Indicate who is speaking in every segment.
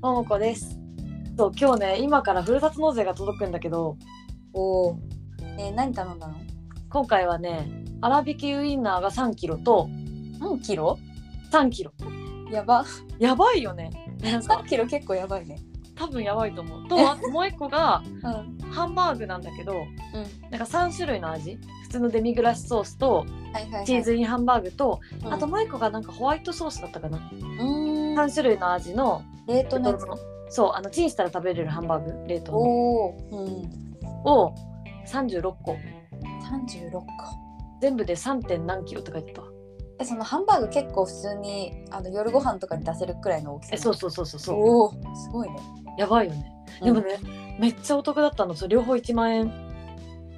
Speaker 1: 桃子です。そう今日ね今からふるさと納税が届くんだけど
Speaker 2: おお。えー、何頼んだの
Speaker 1: 今回はね粗挽きウインナーが3キロと
Speaker 2: 3キロ
Speaker 1: 3キロ
Speaker 2: や ば。
Speaker 1: やばいよねなんか
Speaker 2: 3キロ結構やばいね。
Speaker 1: 多分やばいと思うとあともう一個
Speaker 2: う
Speaker 1: が
Speaker 2: ん。うん。
Speaker 1: ハンバーグなんだけどなんか3種類の味普通のデミグラスソースと
Speaker 2: はいはい、はい。
Speaker 1: チーズインハンバーグと、
Speaker 2: うん。
Speaker 1: あともう一個がなんかホワイトソースだったかな、
Speaker 2: うーん。
Speaker 1: 3種類の味の
Speaker 2: 冷凍のやつ
Speaker 1: レト。そうあのチンしたら食べれるハンバーグ冷凍の
Speaker 2: おお。うん。
Speaker 1: を36個
Speaker 2: 36個。
Speaker 1: 全部で 3. 点何キロって書いてたわ
Speaker 2: え、そのハンバーグ結構普通にあの夜ご飯とかに出せるくらいの大きさ。
Speaker 1: えそううそうそうそうそう
Speaker 2: おお。すごいね。
Speaker 1: やばいよね
Speaker 2: うん
Speaker 1: でもね、めっちゃお得だったのそう両方1万円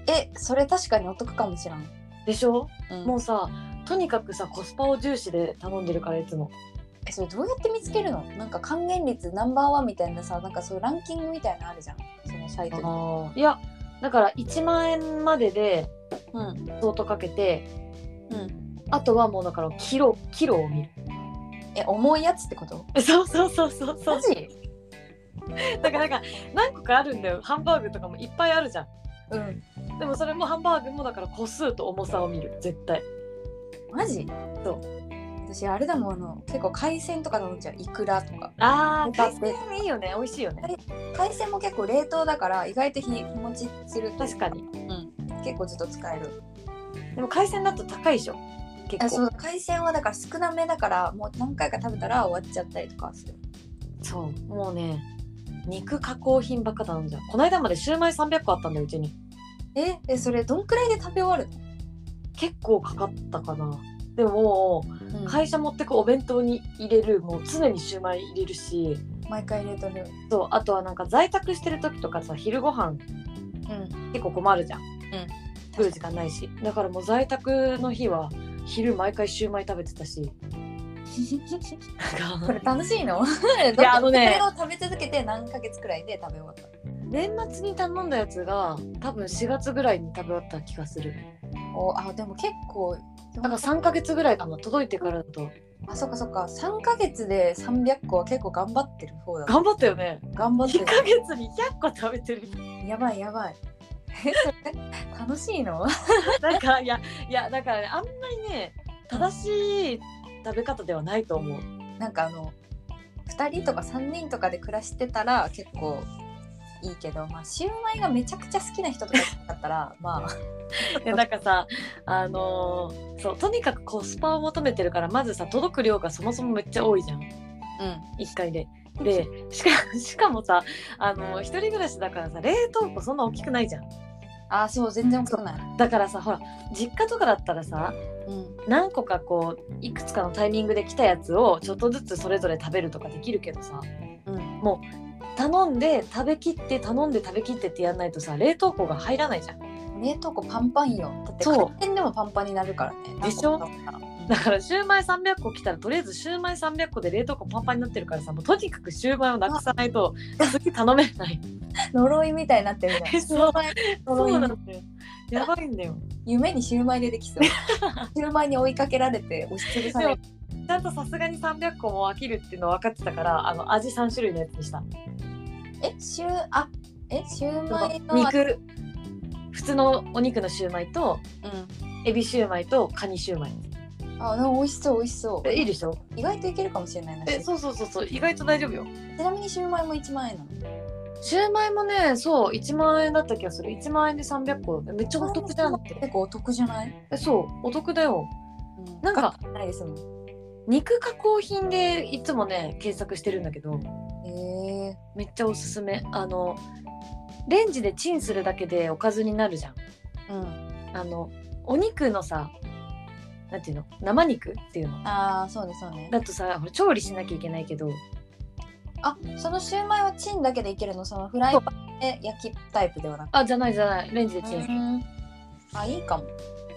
Speaker 2: え、それ確かにお得かもしらん。
Speaker 1: でしょ、
Speaker 2: うん、
Speaker 1: もうさとにかくさコスパを重視で頼んでるからいつも
Speaker 2: えそれどうやって見つけるのなんか還元率ナンバーワンみたいなさなんかそういうランキングみたいなのあるじゃんそのサイトに
Speaker 1: いやだから1万円までで
Speaker 2: うん
Speaker 1: 相当かけて
Speaker 2: うん
Speaker 1: あとはもうだからキロキロを見
Speaker 2: え重いやつってこと
Speaker 1: る そうそうそうそうそ
Speaker 2: マ
Speaker 1: う
Speaker 2: ジ
Speaker 1: だからなんか何個かあるんだよハンバーグとかもいっぱいあるじゃ
Speaker 2: うん
Speaker 1: んでもそれもハンバーグもだから個数と重さを見る絶対
Speaker 2: マジ
Speaker 1: そう
Speaker 2: 私あれだもんあの結構海鮮とか飲んじゃうイクラとか
Speaker 1: あ
Speaker 2: ー
Speaker 1: 海鮮いいよね美味しいよね
Speaker 2: 海鮮も結構冷凍だから意外と日日持ちする
Speaker 1: 確かに
Speaker 2: 結構ずっと使える
Speaker 1: でも海鮮だと高いでしょ結
Speaker 2: あ
Speaker 1: 構
Speaker 2: そう海鮮はだから少なめだからもう何回か食べたら終わっちゃったりとかする
Speaker 1: そうもうね肉加工品ばっか頼んじゃうこの間までシューマイ300個あったんだようちに
Speaker 2: ええそれどんくらいで食べ終わる
Speaker 1: 結構かかったかなでもも
Speaker 2: の、は
Speaker 1: う
Speaker 2: い
Speaker 1: 会社持ってくお弁当に入れるもう常にシューマイ入れるし
Speaker 2: 毎回冷凍料理
Speaker 1: そうあとはなんか在宅してる時とかさ昼ご飯
Speaker 2: うん
Speaker 1: 結構困るじゃん、作る時間ないしだからもう在宅の日は昼毎回シューマイ食べてた しなん
Speaker 2: こ
Speaker 1: か
Speaker 2: れ楽しいの
Speaker 1: いやあのね
Speaker 2: それを食べ続けて何ヶ月くらいで食べ終わった
Speaker 1: 年末に頼んだやつが多分4月ぐらいに食べ終わった気がする
Speaker 2: おあでも結構
Speaker 1: だから3ヶ月ぐらいかな届いてからだと
Speaker 2: あそっかそっか3ヶ月で300個は結構頑張ってる方だ
Speaker 1: 頑張ったよね
Speaker 2: 頑張って
Speaker 1: 1
Speaker 2: る
Speaker 1: ヶ月に100個食べてる
Speaker 2: やばいやばい えそれ楽しいの
Speaker 1: なんかいやいやだからねあんまりね正しい食べ方ではないと 思う
Speaker 2: なんかあの2人とか3人とかで暮らしてたら結構いいけどまあシューマイがめちゃくちゃ好きな人とかだったらまあ
Speaker 1: でなんかさあのーそうとにかくコスパを求めてるからまずさ届く量がそもそもめっちゃ多いじゃん
Speaker 2: う
Speaker 1: 1回で。でしか しかもさあのー一人暮らしだからさ冷凍庫そんな大きくないじゃん
Speaker 2: んあそう全然怒らない
Speaker 1: だからさほら実家とかだったらさ
Speaker 2: うん
Speaker 1: 何個かこういくつかのタイミングで来たやつをちょっとずつそれぞれ食べるとかできるけどさ
Speaker 2: うん
Speaker 1: 頼んで食べきって頼んで食べきってってやんないとさ冷凍庫が入らないじゃん
Speaker 2: 冷凍庫パンパンよだって
Speaker 1: そう
Speaker 2: 回転でもパンパンになるからね
Speaker 1: でしょ
Speaker 2: 何個かあったらうん
Speaker 1: だからシューマイ300個来たらとりあえずシューマイ300個で冷凍庫パンパンになってるからさもうとにかくシューマイをなくさな いと次頼めない
Speaker 2: 呪いみたいになってる じゃん。シ
Speaker 1: そ
Speaker 2: ュ
Speaker 1: う
Speaker 2: ーマイ
Speaker 1: そ
Speaker 2: 呪
Speaker 1: うないんだよやばいんだよ
Speaker 2: 夢にシューマイ出てき そう。シューマイに追いかけられて押しつぶされる。
Speaker 1: ちゃんとさすがに300個も飽きるっていうの分かってたからあの味3種類のやつにした
Speaker 2: え、シュー、あ、え、シューマイの。
Speaker 1: 肉普通のお肉のシューマイと
Speaker 2: う
Speaker 1: エビシューマイとカニシューマイ
Speaker 2: ん。あ、でも美味しそう、美味しそう。
Speaker 1: えいいでしょ
Speaker 2: 意外といけるかもしれないな。
Speaker 1: え
Speaker 2: ち
Speaker 1: そうそうそうそう意外と大丈夫よ
Speaker 2: なみにシューマイも1万円なの。
Speaker 1: シューマイもねそう1万円だった気がする1万円で300個めっちゃお得じゃんって
Speaker 2: 結構お得じゃない。
Speaker 1: えそうお得だよ
Speaker 2: うん
Speaker 1: なんか
Speaker 2: ないですもん。
Speaker 1: 肉加工品でいつもね検索してるんだけど
Speaker 2: ええ
Speaker 1: めっちゃおすすめあのレンジでチンするだけでおかずになるじゃん
Speaker 2: うん。
Speaker 1: あのお肉のさなんていうの生肉っていうの
Speaker 2: ああ、そうね、そうね。
Speaker 1: だとさほら調理しなきゃいけないけど
Speaker 2: あ、そのシューマイはチンだけでいけるの、そのフライパンで焼きタイプではなく。
Speaker 1: あじゃないじゃないレンジでチン、
Speaker 2: うんあ、いいかも。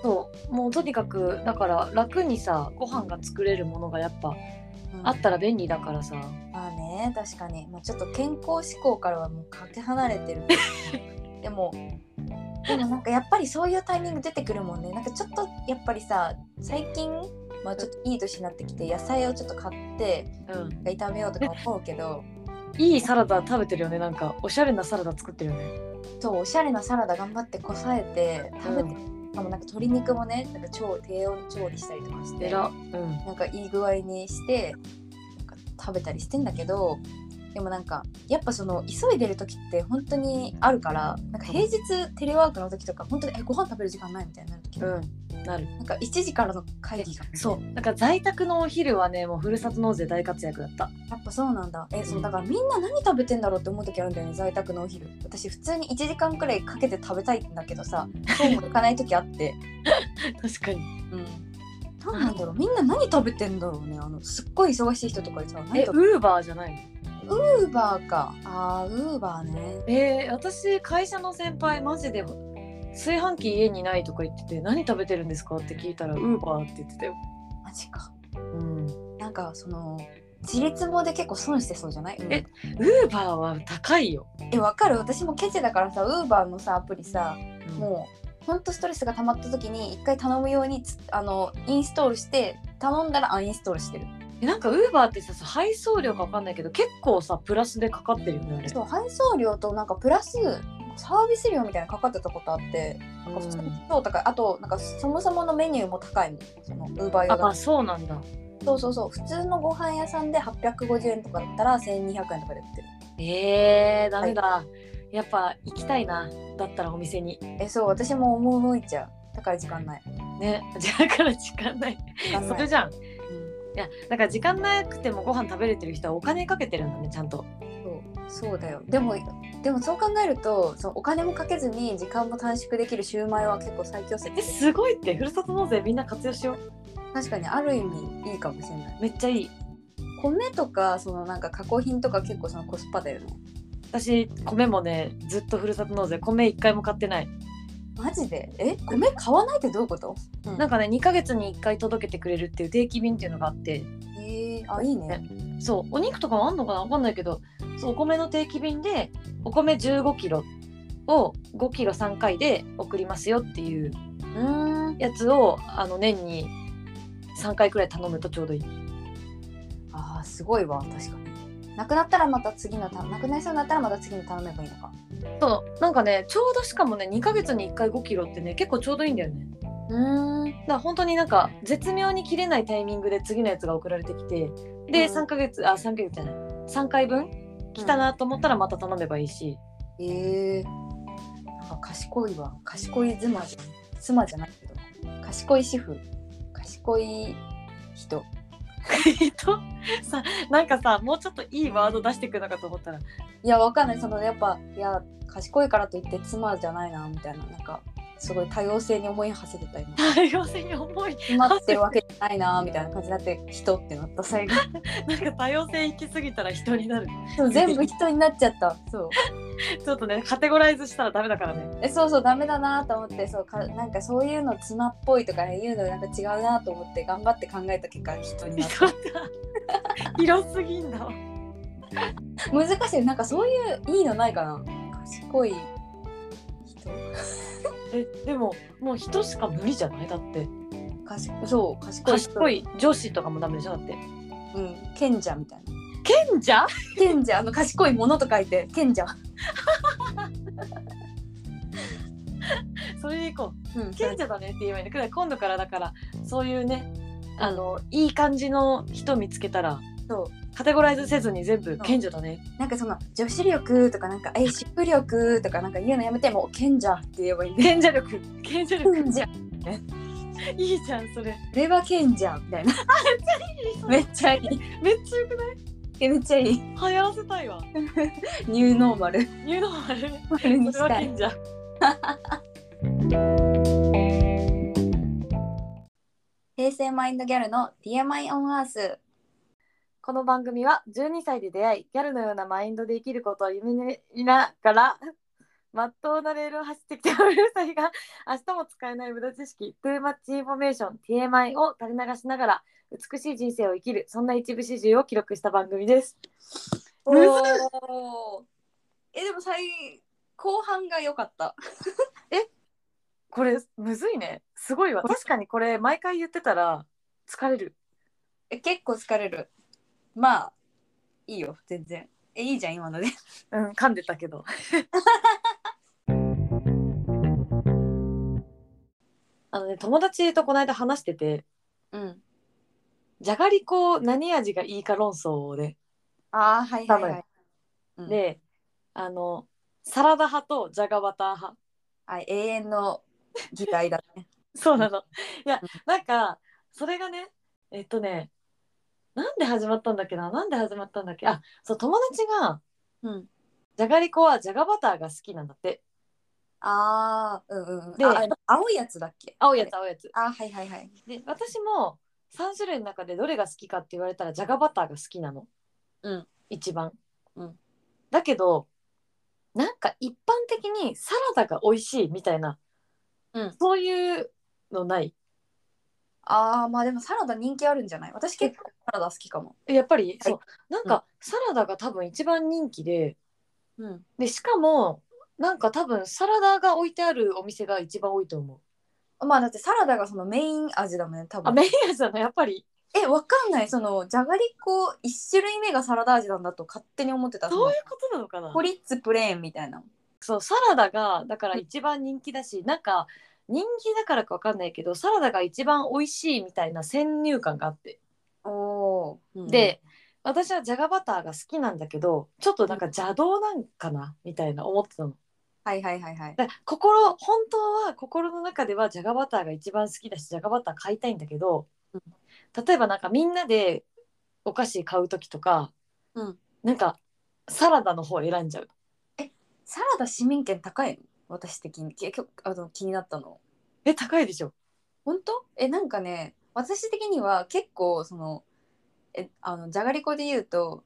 Speaker 1: そうもうとにかくだから楽にさご飯が作れるものがやっぱ
Speaker 2: うん
Speaker 1: あったら便利だからさ、
Speaker 2: まあね確かに、まあ、ちょっと健康志向からはもうかけ離れてるでもでもなんかやっぱりそういうタイミング出てくるもんねなんかちょっとやっぱりさ最近、まあ、ちょっといい年になってきて野菜をちょっと買って
Speaker 1: うん、
Speaker 2: なんか炒めようとか思うけど
Speaker 1: いいサラダ食べてるよねなんかおしゃれなサラダ作ってるよね
Speaker 2: そうおしゃれなサラダ頑張ってこさえて食べて、しかもなんか鶏肉もねなんか超低温調理したりとかして
Speaker 1: えらうん
Speaker 2: なんかいい具合にしてなんか食べたりしてんだけどでもなんかやっぱその急いでる時って本当にあるからなんか平日テレワークの時とか本当にえご飯食べる時間ないみたいになる時、
Speaker 1: うんなる
Speaker 2: なんか1時からの会議が
Speaker 1: そうなんか在宅のお昼はねもうふるさと納税大活躍だった
Speaker 2: やっぱそうなんだえそううんだからみんな何食べてんだろうって思う時あるんだよね在宅のお昼私普通に1時間くらいかけて食べたいんだけどさそうもいかない時あって
Speaker 1: 確かに
Speaker 2: うん何なんだろうみんな何食べてんだろうねあのすっごい忙しい人とかでさ何
Speaker 1: え
Speaker 2: 食べ
Speaker 1: ウーバーじゃないの
Speaker 2: ウーバーかあーウーバーね
Speaker 1: えー、私会社の先輩マジで炊飯器家にないとか言ってて何食べてるんですかって聞いたらウーバーって言ってたよ、
Speaker 2: マジか
Speaker 1: うん、
Speaker 2: なんかその自立もで結構損してそうじゃない
Speaker 1: えウーバーは高いよ、
Speaker 2: えわかる私もケチだからさウーバーのさアプリさ
Speaker 1: も
Speaker 2: もうほんとストレスが溜まった時に一回頼むようにつあのインストールして頼んだらアンインストールしてる
Speaker 1: うえなんかウーバーってさそう配送料か分かんないけど結構さプラスでかかってるよねあれ
Speaker 2: そう配送料となんかプラスサービス料みたいなのかかってたことあってなんか普通にそうとかあとなんかそもそものメニューも高いもんそのウーバー用
Speaker 1: あ
Speaker 2: だ
Speaker 1: あそうなんだ
Speaker 2: そうそうそう普通のご飯屋さんで850円とかだったら1200円とかで売ってる
Speaker 1: えー、ダメだ、やっぱ行きたいなだったらお店に
Speaker 2: えそう私も思いちゃうだから時間ない
Speaker 1: ね だから時間ない
Speaker 2: 時間
Speaker 1: そ
Speaker 2: ない
Speaker 1: れじゃんいやだから時間なくてもご飯食べれてる人はお金かけてるんだねちゃんと
Speaker 2: そうそうだよでもでもそう考えるとそのお金もかけずに時間も短縮できるシューマイは結構最強説
Speaker 1: えすごいってふるさと納税みんな活用しよう
Speaker 2: 確かにある意味いいかもしれない
Speaker 1: めっちゃいい
Speaker 2: 米とかそのなんか加工品とか結構そのコスパだよね
Speaker 1: 私米もねずっとふるさと納税米一回も買ってない
Speaker 2: マジでえ米買わないってどういうこと、
Speaker 1: な
Speaker 2: なんん
Speaker 1: かね2ヶ月に1回届けてくれるっていう定期便っていうのがあって
Speaker 2: えー、あいいね
Speaker 1: そうお肉とかもあんのかな分かんないけどそうお米の定期便でお米1 5キロを5キロ3回で送りますよっていう
Speaker 2: うーん
Speaker 1: やつをあの年に3回くらい頼むとちょうどいい
Speaker 2: あーすごいわ確かになくなったらまた次のたなくなりそうになったらまた次に頼めばいいのか
Speaker 1: そうなんかねちょうどしかもね2ヶ月に1回5キロってね結構ちょうどいいんだよね
Speaker 2: うーん
Speaker 1: だから本当になんか絶妙に切れないタイミングで次のやつが送られてきて
Speaker 2: う
Speaker 1: で
Speaker 2: ん
Speaker 1: 3ヶ月あ3ヶ月じゃない3回分来たなと思ったらまた頼めばいいし、
Speaker 2: ええなんか賢いわ賢い妻じゃ妻じゃないけど賢い主婦賢い人
Speaker 1: とさなんかさもうちょっといいワード出してくるのかと思ったら
Speaker 2: いやわかんないそのやっぱいや賢いからといって妻じゃないなみたいななんかすごい多様性に思い馳せてた今
Speaker 1: 多様性に思い
Speaker 2: 詰まってるわけじゃないなみたいな感じになって人ってなった 最後
Speaker 1: なんか多様性行き過ぎたら人になる
Speaker 2: そう全部人になっちゃったそう
Speaker 1: ちょっとねカテゴライズしたらダメだからね
Speaker 2: えそうそうダメだなと思ってそうかなんかそういうの妻っぽいとかいうのなんか違うなと思って頑張って考えた結果人になった
Speaker 1: 人が広すぎんだわ
Speaker 2: 難しいなんかそういういいのないかな賢い人
Speaker 1: えでももう人しか無理じゃないだって
Speaker 2: 賢そう賢い人
Speaker 1: 賢い女子とかもダメでしょだって
Speaker 2: うん、賢者みたいな
Speaker 1: 賢者
Speaker 2: 賢者あの賢いものと書いて賢者
Speaker 1: それでいこう
Speaker 2: うん
Speaker 1: 賢者だねって言えばいいんだけど今度からだからそういうねあのいい感じの人見つけたら
Speaker 2: そ
Speaker 1: カテゴライズせずに全部賢者だね
Speaker 2: うなんかその女子力とかなんかえ主婦力とかなんか言うのやめてもう賢者って言えばいいね
Speaker 1: 賢者力賢者力
Speaker 2: 賢者
Speaker 1: いいじゃんそれ
Speaker 2: レバ賢者みたいなめっちゃいい
Speaker 1: めっちゃよくない
Speaker 2: えめっちゃいい
Speaker 1: 流行らせたいわ
Speaker 2: ニューノーマル
Speaker 1: ニューノーマル
Speaker 2: 丸に
Speaker 1: そ
Speaker 2: し
Speaker 1: れは
Speaker 2: たい
Speaker 1: 賢者
Speaker 2: 平成マインドギャルの DMI オンアース
Speaker 1: この番組は12歳で出会いギャルのようなマインドで生きることを夢見ながら まっとうなレールを走ってきておる2人が明日も使えない無駄知識 Too Much Information TMI を垂れ流しながら美しい人生を生きるそんな一部始終を記録した番組です。
Speaker 2: お
Speaker 1: むず
Speaker 2: お。えでも最後半が良かった。
Speaker 1: これむずいねすごいわ確かにこれ毎回言ってたら疲れる
Speaker 2: え結構疲れる。まあいいよ全然。えいいじゃん今ので
Speaker 1: うん、噛んでたけど。 あのね、友達とこの間話してて、
Speaker 2: うん
Speaker 1: じゃがりこ何味がいいか論争をね、
Speaker 2: ああはいはいはい、うん、
Speaker 1: で、あの、サラダ派とじゃがバター派。
Speaker 2: はい永遠の議題だね
Speaker 1: そうなの。 いや
Speaker 2: うん、
Speaker 1: なんか、それがね、えっとね、なんで始まったんだっけななんで始まったんだっけあ、そう、友達が、
Speaker 2: うん
Speaker 1: じゃがりこはじゃがバターが好きなんだって。
Speaker 2: ああうんうんうん
Speaker 1: で
Speaker 2: ああの青いやつだっけ
Speaker 1: 青いやつ、青いやつ。
Speaker 2: あはいはいはい
Speaker 1: で私も3種類の中でどれが好きかって言われたらじゃがバターが好きなの、
Speaker 2: うん、
Speaker 1: 一番、
Speaker 2: うん、
Speaker 1: だけどなんか一般的にサラダが美味しいみたいな、
Speaker 2: うん
Speaker 1: そういうのない
Speaker 2: ああまあでもサラダ人気あるんじゃない私結構サラダ好きかも
Speaker 1: えやっぱり、そうなんかサラダが多分一番人気で
Speaker 2: うん
Speaker 1: でしかもなんか多分サラダが置いてあるお店が一番多いと思う
Speaker 2: まあだってサラダがそのメイン味だもんね多
Speaker 1: あ
Speaker 2: 分
Speaker 1: メイン味なのやっぱり
Speaker 2: えわかんないそのじゃがりこ一種類目がサラダ味なんだと勝手に思ってた
Speaker 1: そういうことなのかな
Speaker 2: ポリッツプレーンみたいな
Speaker 1: そうサラダがだから一番人気だし、なんか人気だからかわかんないけどサラダが一番美味しいみたいな先入観があって、
Speaker 2: おー
Speaker 1: で私はじゃがバターが好きなんだけどちょっとなんか邪道なんかなみたいな思ってたの
Speaker 2: はいはいはいはい
Speaker 1: だから心本当は心の中ではじゃがバターが一番好きだしじゃがバター買いたいんだけど、
Speaker 2: うん
Speaker 1: 例えばなんかみんなでお菓子買う時とか、
Speaker 2: うん
Speaker 1: なんかサラダの方選んじゃう
Speaker 2: サラダ市民権高いの私的に結局あの気になったの
Speaker 1: え高いでしょ
Speaker 2: 本当えなんかね私的には結構そのえあのじゃがりこで言うと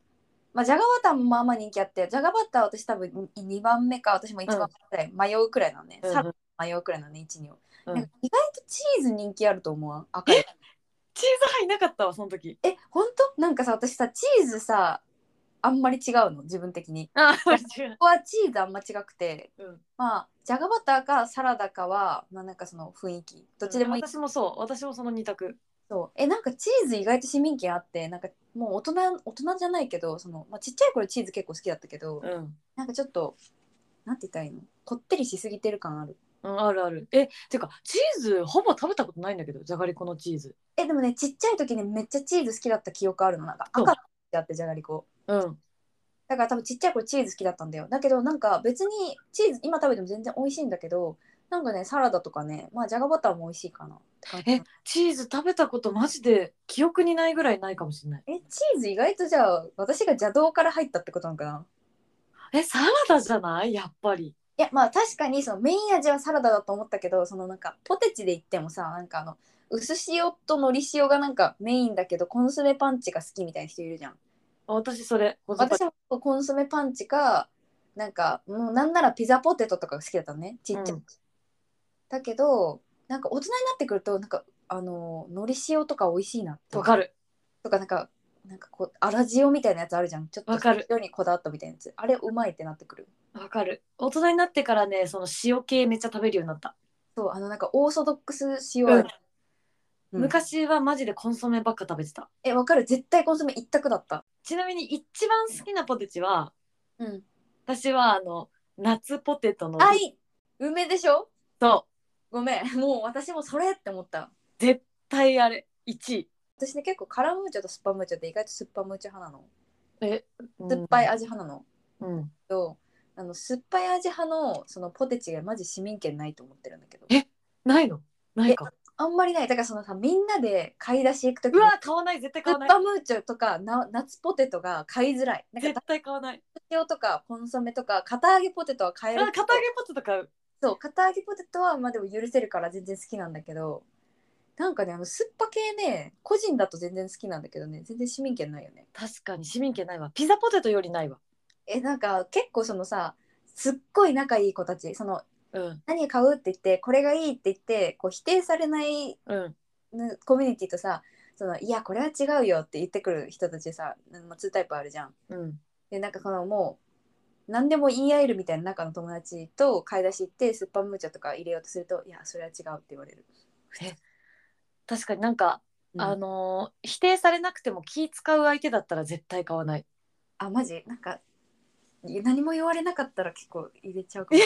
Speaker 2: まあじゃがバターもまあまあ人気あってじゃがバターは私多分2番目か私も1番目くらい、迷うくらいなのね、
Speaker 1: うんうん
Speaker 2: サラダ迷うくらいなのね1にを、
Speaker 1: うん
Speaker 2: なんか意外とチーズ人気あると思う赤い
Speaker 1: チーズ派いなかったわその時
Speaker 2: え本当なんかさ私さチーズさあんまり違うの自分的に
Speaker 1: あ
Speaker 2: ここはチーズあんま違くて
Speaker 1: うん
Speaker 2: まあじゃがバターかサラダかはまあなんかその雰囲気どっちでもいい、
Speaker 1: 私もそう私もその二択
Speaker 2: そうえなんかチーズ意外と市民権あってなんかもう大人大人じゃないけどその、まあ、ちっちゃい頃チーズ結構好きだったけど、
Speaker 1: ん、
Speaker 2: なんかちょっとなんて言ったらいいのこってりしすぎてる感ある
Speaker 1: うん、あるあるえてかチーズほぼ食べたことないんだけどじゃがりこのチーズ
Speaker 2: えでもねちっちゃい時にめっちゃチーズ好きだった記憶あるのなんか
Speaker 1: そう
Speaker 2: 赤ってあってじゃがりこ
Speaker 1: うん
Speaker 2: だから多分ちっちゃい頃チーズ好きだったんだよだけどなんか別にチーズ今食べても全然美味しいんだけどなんかねサラダとかねまあじゃがバターも美味しいかなって感じ
Speaker 1: えチーズ食べたことマジで記憶にないぐらいないかもしれない
Speaker 2: えチーズ意外とじゃあ私が邪道から入ったってことなのかな
Speaker 1: えサラダじゃないやっぱり
Speaker 2: いやまあ確かにそのメイン味はサラダだと思ったけどそのなんかポテチで言ってもさなんかあの薄塩と海苔塩がなんかメインだけどコンソメパンチが好きみたいな人いるじゃん
Speaker 1: あ私それご存知
Speaker 2: 私はコンソメパンチかなんかもうなんならピザポテトとかが好きだったのねちっちゃい、
Speaker 1: うん
Speaker 2: だけどなんか大人になってくるとなんかあの海苔塩とか美味しいなって
Speaker 1: わかる
Speaker 2: とかなんかなんかこう粗塩みたいなやつあるじゃんちょっと
Speaker 1: わかる
Speaker 2: 塩にこだわったみたいなやつあれうまいってなってくる
Speaker 1: わかる大人になってからねその塩系めっちゃ食べるようになった、
Speaker 2: そうあのなんかオーソドックス塩
Speaker 1: うん
Speaker 2: 味、うん
Speaker 1: 昔はマジでコンソメばっか食べてた
Speaker 2: えわかる絶対コンソメ一択だった
Speaker 1: ちなみに一番好きなポテチは
Speaker 2: うん
Speaker 1: 私はあの夏ポテトの
Speaker 2: あい梅でしょ
Speaker 1: と
Speaker 2: ごめんもう私もそれって思った
Speaker 1: 絶対あれ1位
Speaker 2: 私ね結構カラムーチョとスッパムーチョって意外とスッパムーチョ派なの
Speaker 1: え
Speaker 2: 酸っぱい、味派なの、
Speaker 1: うん、
Speaker 2: とあの酸っぱい味派のそのポテチがマジ市民権ないと思ってるんだけど
Speaker 1: えないのないか
Speaker 2: あんまりないだからそのさみんなで買い出し行く時
Speaker 1: う
Speaker 2: に
Speaker 1: わ買わない絶対
Speaker 2: ス
Speaker 1: 買わ
Speaker 2: ッ
Speaker 1: ない
Speaker 2: パムーチョとかな夏ポテトが買いづらいなん
Speaker 1: 絶
Speaker 2: か
Speaker 1: 対買わない
Speaker 2: ダチョウとかコンソメとか片揚げポテトは買
Speaker 1: あ
Speaker 2: える
Speaker 1: 片揚げポテト買う
Speaker 2: そう片揚げポテトはまあでも許せるから全然好きなんだけどなんかねあの酸っぱ系ね個人だと全然好きなんだけどね全然市民権ないよね
Speaker 1: 確かに市民権ないわピザポテトよりないわ
Speaker 2: えなんか結構そのさすっごい仲いい子たちその
Speaker 1: うん
Speaker 2: 何買うって言ってこれがいいって言ってこう否定されない
Speaker 1: うん
Speaker 2: ぬコミュニティとさそのいやこれは違うよって言ってくる人たちさ2タイプあるじゃん。
Speaker 1: うん
Speaker 2: でなんかこのもう何でも言い合えるみたいな仲の友達と買い出し行ってスッパムーチョとか入れようとするといやそれは違うって言われる。
Speaker 1: 確かになんか、あ
Speaker 2: あ
Speaker 1: のー否定されなくても気使う相手だったら絶対買わない
Speaker 2: あマジなんか何も言われなかったら結構入れちゃうかもい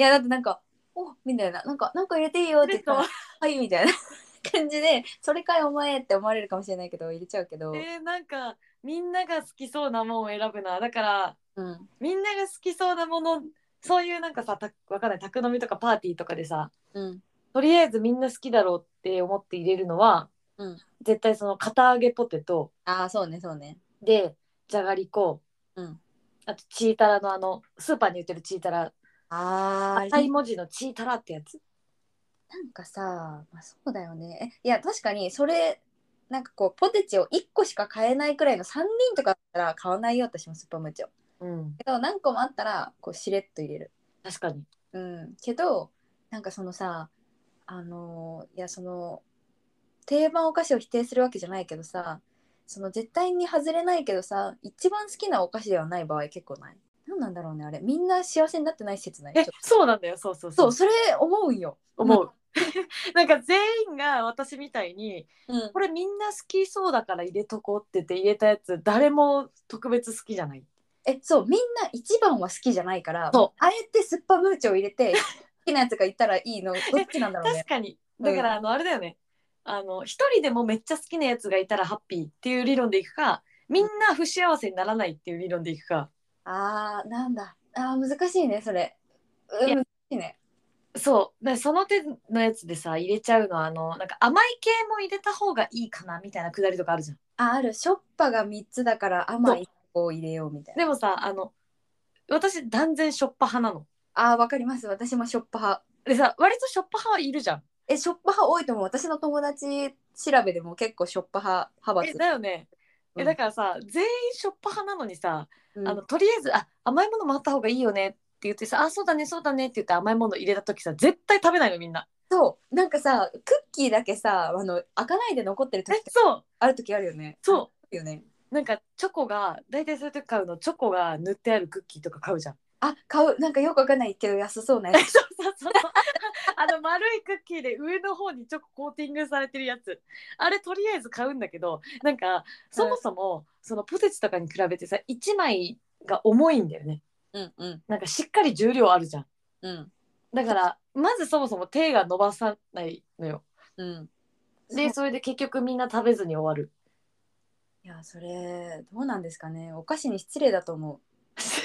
Speaker 2: やだってなんか「おみたいな「なんかなんか入れていいよ」って言ったら
Speaker 1: 入
Speaker 2: 「はい」みたいな 感じで「それかいお前」って思われるかもしれないけど入れちゃうけど、
Speaker 1: えー、なんかみんなが好きそうなもんを選ぶなだから
Speaker 2: うん、
Speaker 1: みんなが好きそうなものそういうなんかさたわかんない宅飲みとかパーティーとかでさ
Speaker 2: うん、
Speaker 1: とりあえずみんな好きだろうって思って入れるのは、
Speaker 2: うん
Speaker 1: 絶対その堅揚げポテト
Speaker 2: ああそうねそうね
Speaker 1: でじゃがりこ、
Speaker 2: うん
Speaker 1: あとチータラのあのスーパーに売ってるチータラ
Speaker 2: ああ
Speaker 1: 赤い文字のチータラってやつ
Speaker 2: なんかさ、まあ、そうだよねえいや確かにそれなんかこうポテチを1個しか買えないくらいの3人とかだったら買わないよ私もスーパームーチョ
Speaker 1: うん
Speaker 2: けど何個もあったらこうしれっと入れる
Speaker 1: 確かに
Speaker 2: うん、けどなんかそのさあのーいやその定番お菓子を否定するわけじゃないけどさその絶対に外れないけどさ一番好きなお菓子ではない場合結構ない何なんだろうねあれみんな幸せになってない説ないちょ
Speaker 1: え
Speaker 2: っと
Speaker 1: そうなんだよそうそうそ
Speaker 2: そううそれ思うんよ、
Speaker 1: 思う なんか全員が私みたいに
Speaker 2: うん
Speaker 1: こ、れみんな好きそうだから入れとこうって言って入れたやつ誰も特別好きじゃない
Speaker 2: えそうみんな一番は好きじゃないから
Speaker 1: そ
Speaker 2: あえて酸っぱムーチョを入れ て好きなやつがいたらいいのどっちなんだろうね
Speaker 1: 確かにだからあのあれだよね、あの一人でもめっちゃ好きなやつがいたらハッピーっていう理論でいくかみんな不幸せにならないっていう理論でいくか
Speaker 2: あーなんだあー難しいねそれうん
Speaker 1: いや
Speaker 2: 難しいね
Speaker 1: そうだからその手のやつでさ入れちゃうのはあのなんか甘い系も入れた方がいいかなみたいなくだりとかあるじゃん
Speaker 2: ああるしょっぱが3つだから甘い子を入れようみたいな
Speaker 1: でもさあの私断然しょっぱ派なの
Speaker 2: あーわかります私もしょっぱ派
Speaker 1: でさ割としょっぱ派はいるじゃん
Speaker 2: えしょっぱ派多いと思う私の友達調べでも結構しょっぱ派
Speaker 1: え
Speaker 2: 派
Speaker 1: だ
Speaker 2: 閥
Speaker 1: よね
Speaker 2: う
Speaker 1: え
Speaker 2: ん
Speaker 1: だからさ全員しょっぱ派なのにさ、
Speaker 2: うん
Speaker 1: あのとりあえずあ甘いものもあった方がいいよねって言ってさあそうだねそうだねって言って甘いもの入れた時さ絶対食べないのみんな
Speaker 2: そうなんかさクッキーだけさあの開かないで残ってる
Speaker 1: え
Speaker 2: 時
Speaker 1: そう
Speaker 2: ある時あるよね
Speaker 1: そう
Speaker 2: うよね
Speaker 1: なんかチョコが大体そういう時買うのチョコが塗ってあるクッキーとか買うじゃん
Speaker 2: あ買うなんかよくわかんないけど安そうなやつ
Speaker 1: そうそう あの丸いクッキーで上の方にチョココーティングされてるやつあれとりあえず買うんだけどなんかそもそもそのポテチとかに比べてさ1枚が重いんだよね
Speaker 2: うんうん
Speaker 1: なんかしっかり重量あるじゃん
Speaker 2: うん
Speaker 1: だからまずそもそも手が伸ばさないのよ
Speaker 2: うん
Speaker 1: でそれで結局みんな食べずに終わる
Speaker 2: いやそれどうなんですかねお菓子に失礼だと思うそ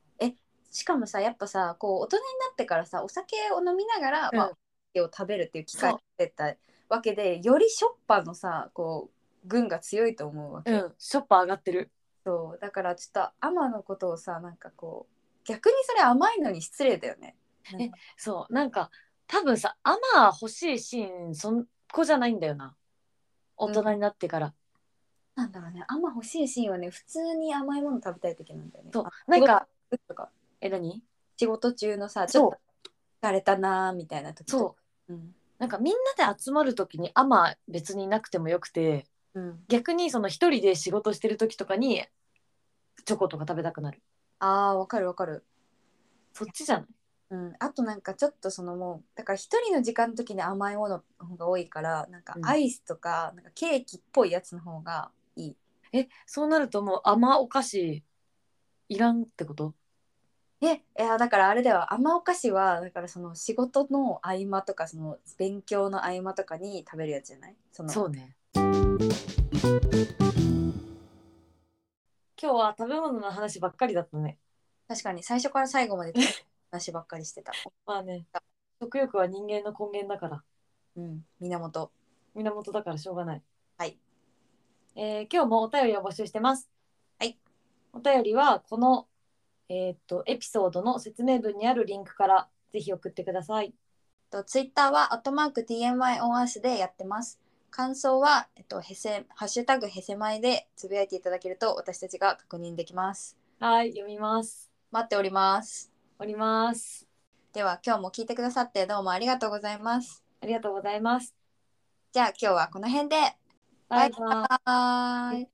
Speaker 2: うえしかもさやっぱさこう大人になってからさお酒を飲みながら、
Speaker 1: うん
Speaker 2: まあ、お酒を食べるっていう機会
Speaker 1: そ
Speaker 2: が
Speaker 1: う
Speaker 2: 出たわけでよりしょっぱのさこう軍が強いと思うわけ、
Speaker 1: うんショッパー上がってる
Speaker 2: そうだからちょっと天のことをさなんかこう逆にそれ甘いのに失礼だよね。
Speaker 1: えそうなんか多分さアマー欲しいシーンそんこじゃないんだよな大人になってから、
Speaker 2: なんだろうね甘欲しいシーンはね普通に甘いもの食べたい時なんだよね。
Speaker 1: そう
Speaker 2: あ
Speaker 1: なんか
Speaker 2: 仕事とか
Speaker 1: え何
Speaker 2: 仕事中のさち
Speaker 1: そ
Speaker 2: ょ
Speaker 1: う
Speaker 2: っと疲れたなーみたいな時と
Speaker 1: そう
Speaker 2: う、うん
Speaker 1: なんかみんなで集まる時にアマー別になくてもよくて
Speaker 2: うん、
Speaker 1: 逆にその一人で仕事してる時とかにチョコとか食べたくなる
Speaker 2: あーわかるわかる。
Speaker 1: そっちじゃない
Speaker 2: うん、あとなんかちょっとそのもうだから一人の時間の時に甘いものの方が多いからなんか
Speaker 1: うん
Speaker 2: アイスとか,、なんかケーキっぽいやつの方がいい
Speaker 1: えそうなるともう甘お菓子いらんってこと
Speaker 2: えいやだからあれだよ甘お菓子はだからその仕事の合間とかその勉強の合間とかに食べるやつじゃないその
Speaker 1: そうね今日は食べ物の話ばっかりだったね
Speaker 2: 確かに最初から最後まで話ばっかり してた、
Speaker 1: まあね食欲は人間の根源だから
Speaker 2: うん、源
Speaker 1: 源だからしょうがない
Speaker 2: はい
Speaker 1: えー今日もお便りを募集してます
Speaker 2: はい
Speaker 1: お便りはこのえーっとエピソードの説明文にあるリンクからぜひ送ってください
Speaker 2: とツイッターはアットマーク TMI オンアースでやってます。感想は、えっと、へせ、ハッシュタグへせまいでつぶやいていただけると私たちが確認できます。
Speaker 1: はい読みます
Speaker 2: 待っております。
Speaker 1: おります
Speaker 2: では今日も聞いてくださってどうもありがとうございます。
Speaker 1: ありがとうございます
Speaker 2: じゃあ今日はこの辺で。
Speaker 1: バイバイ
Speaker 2: バイバイ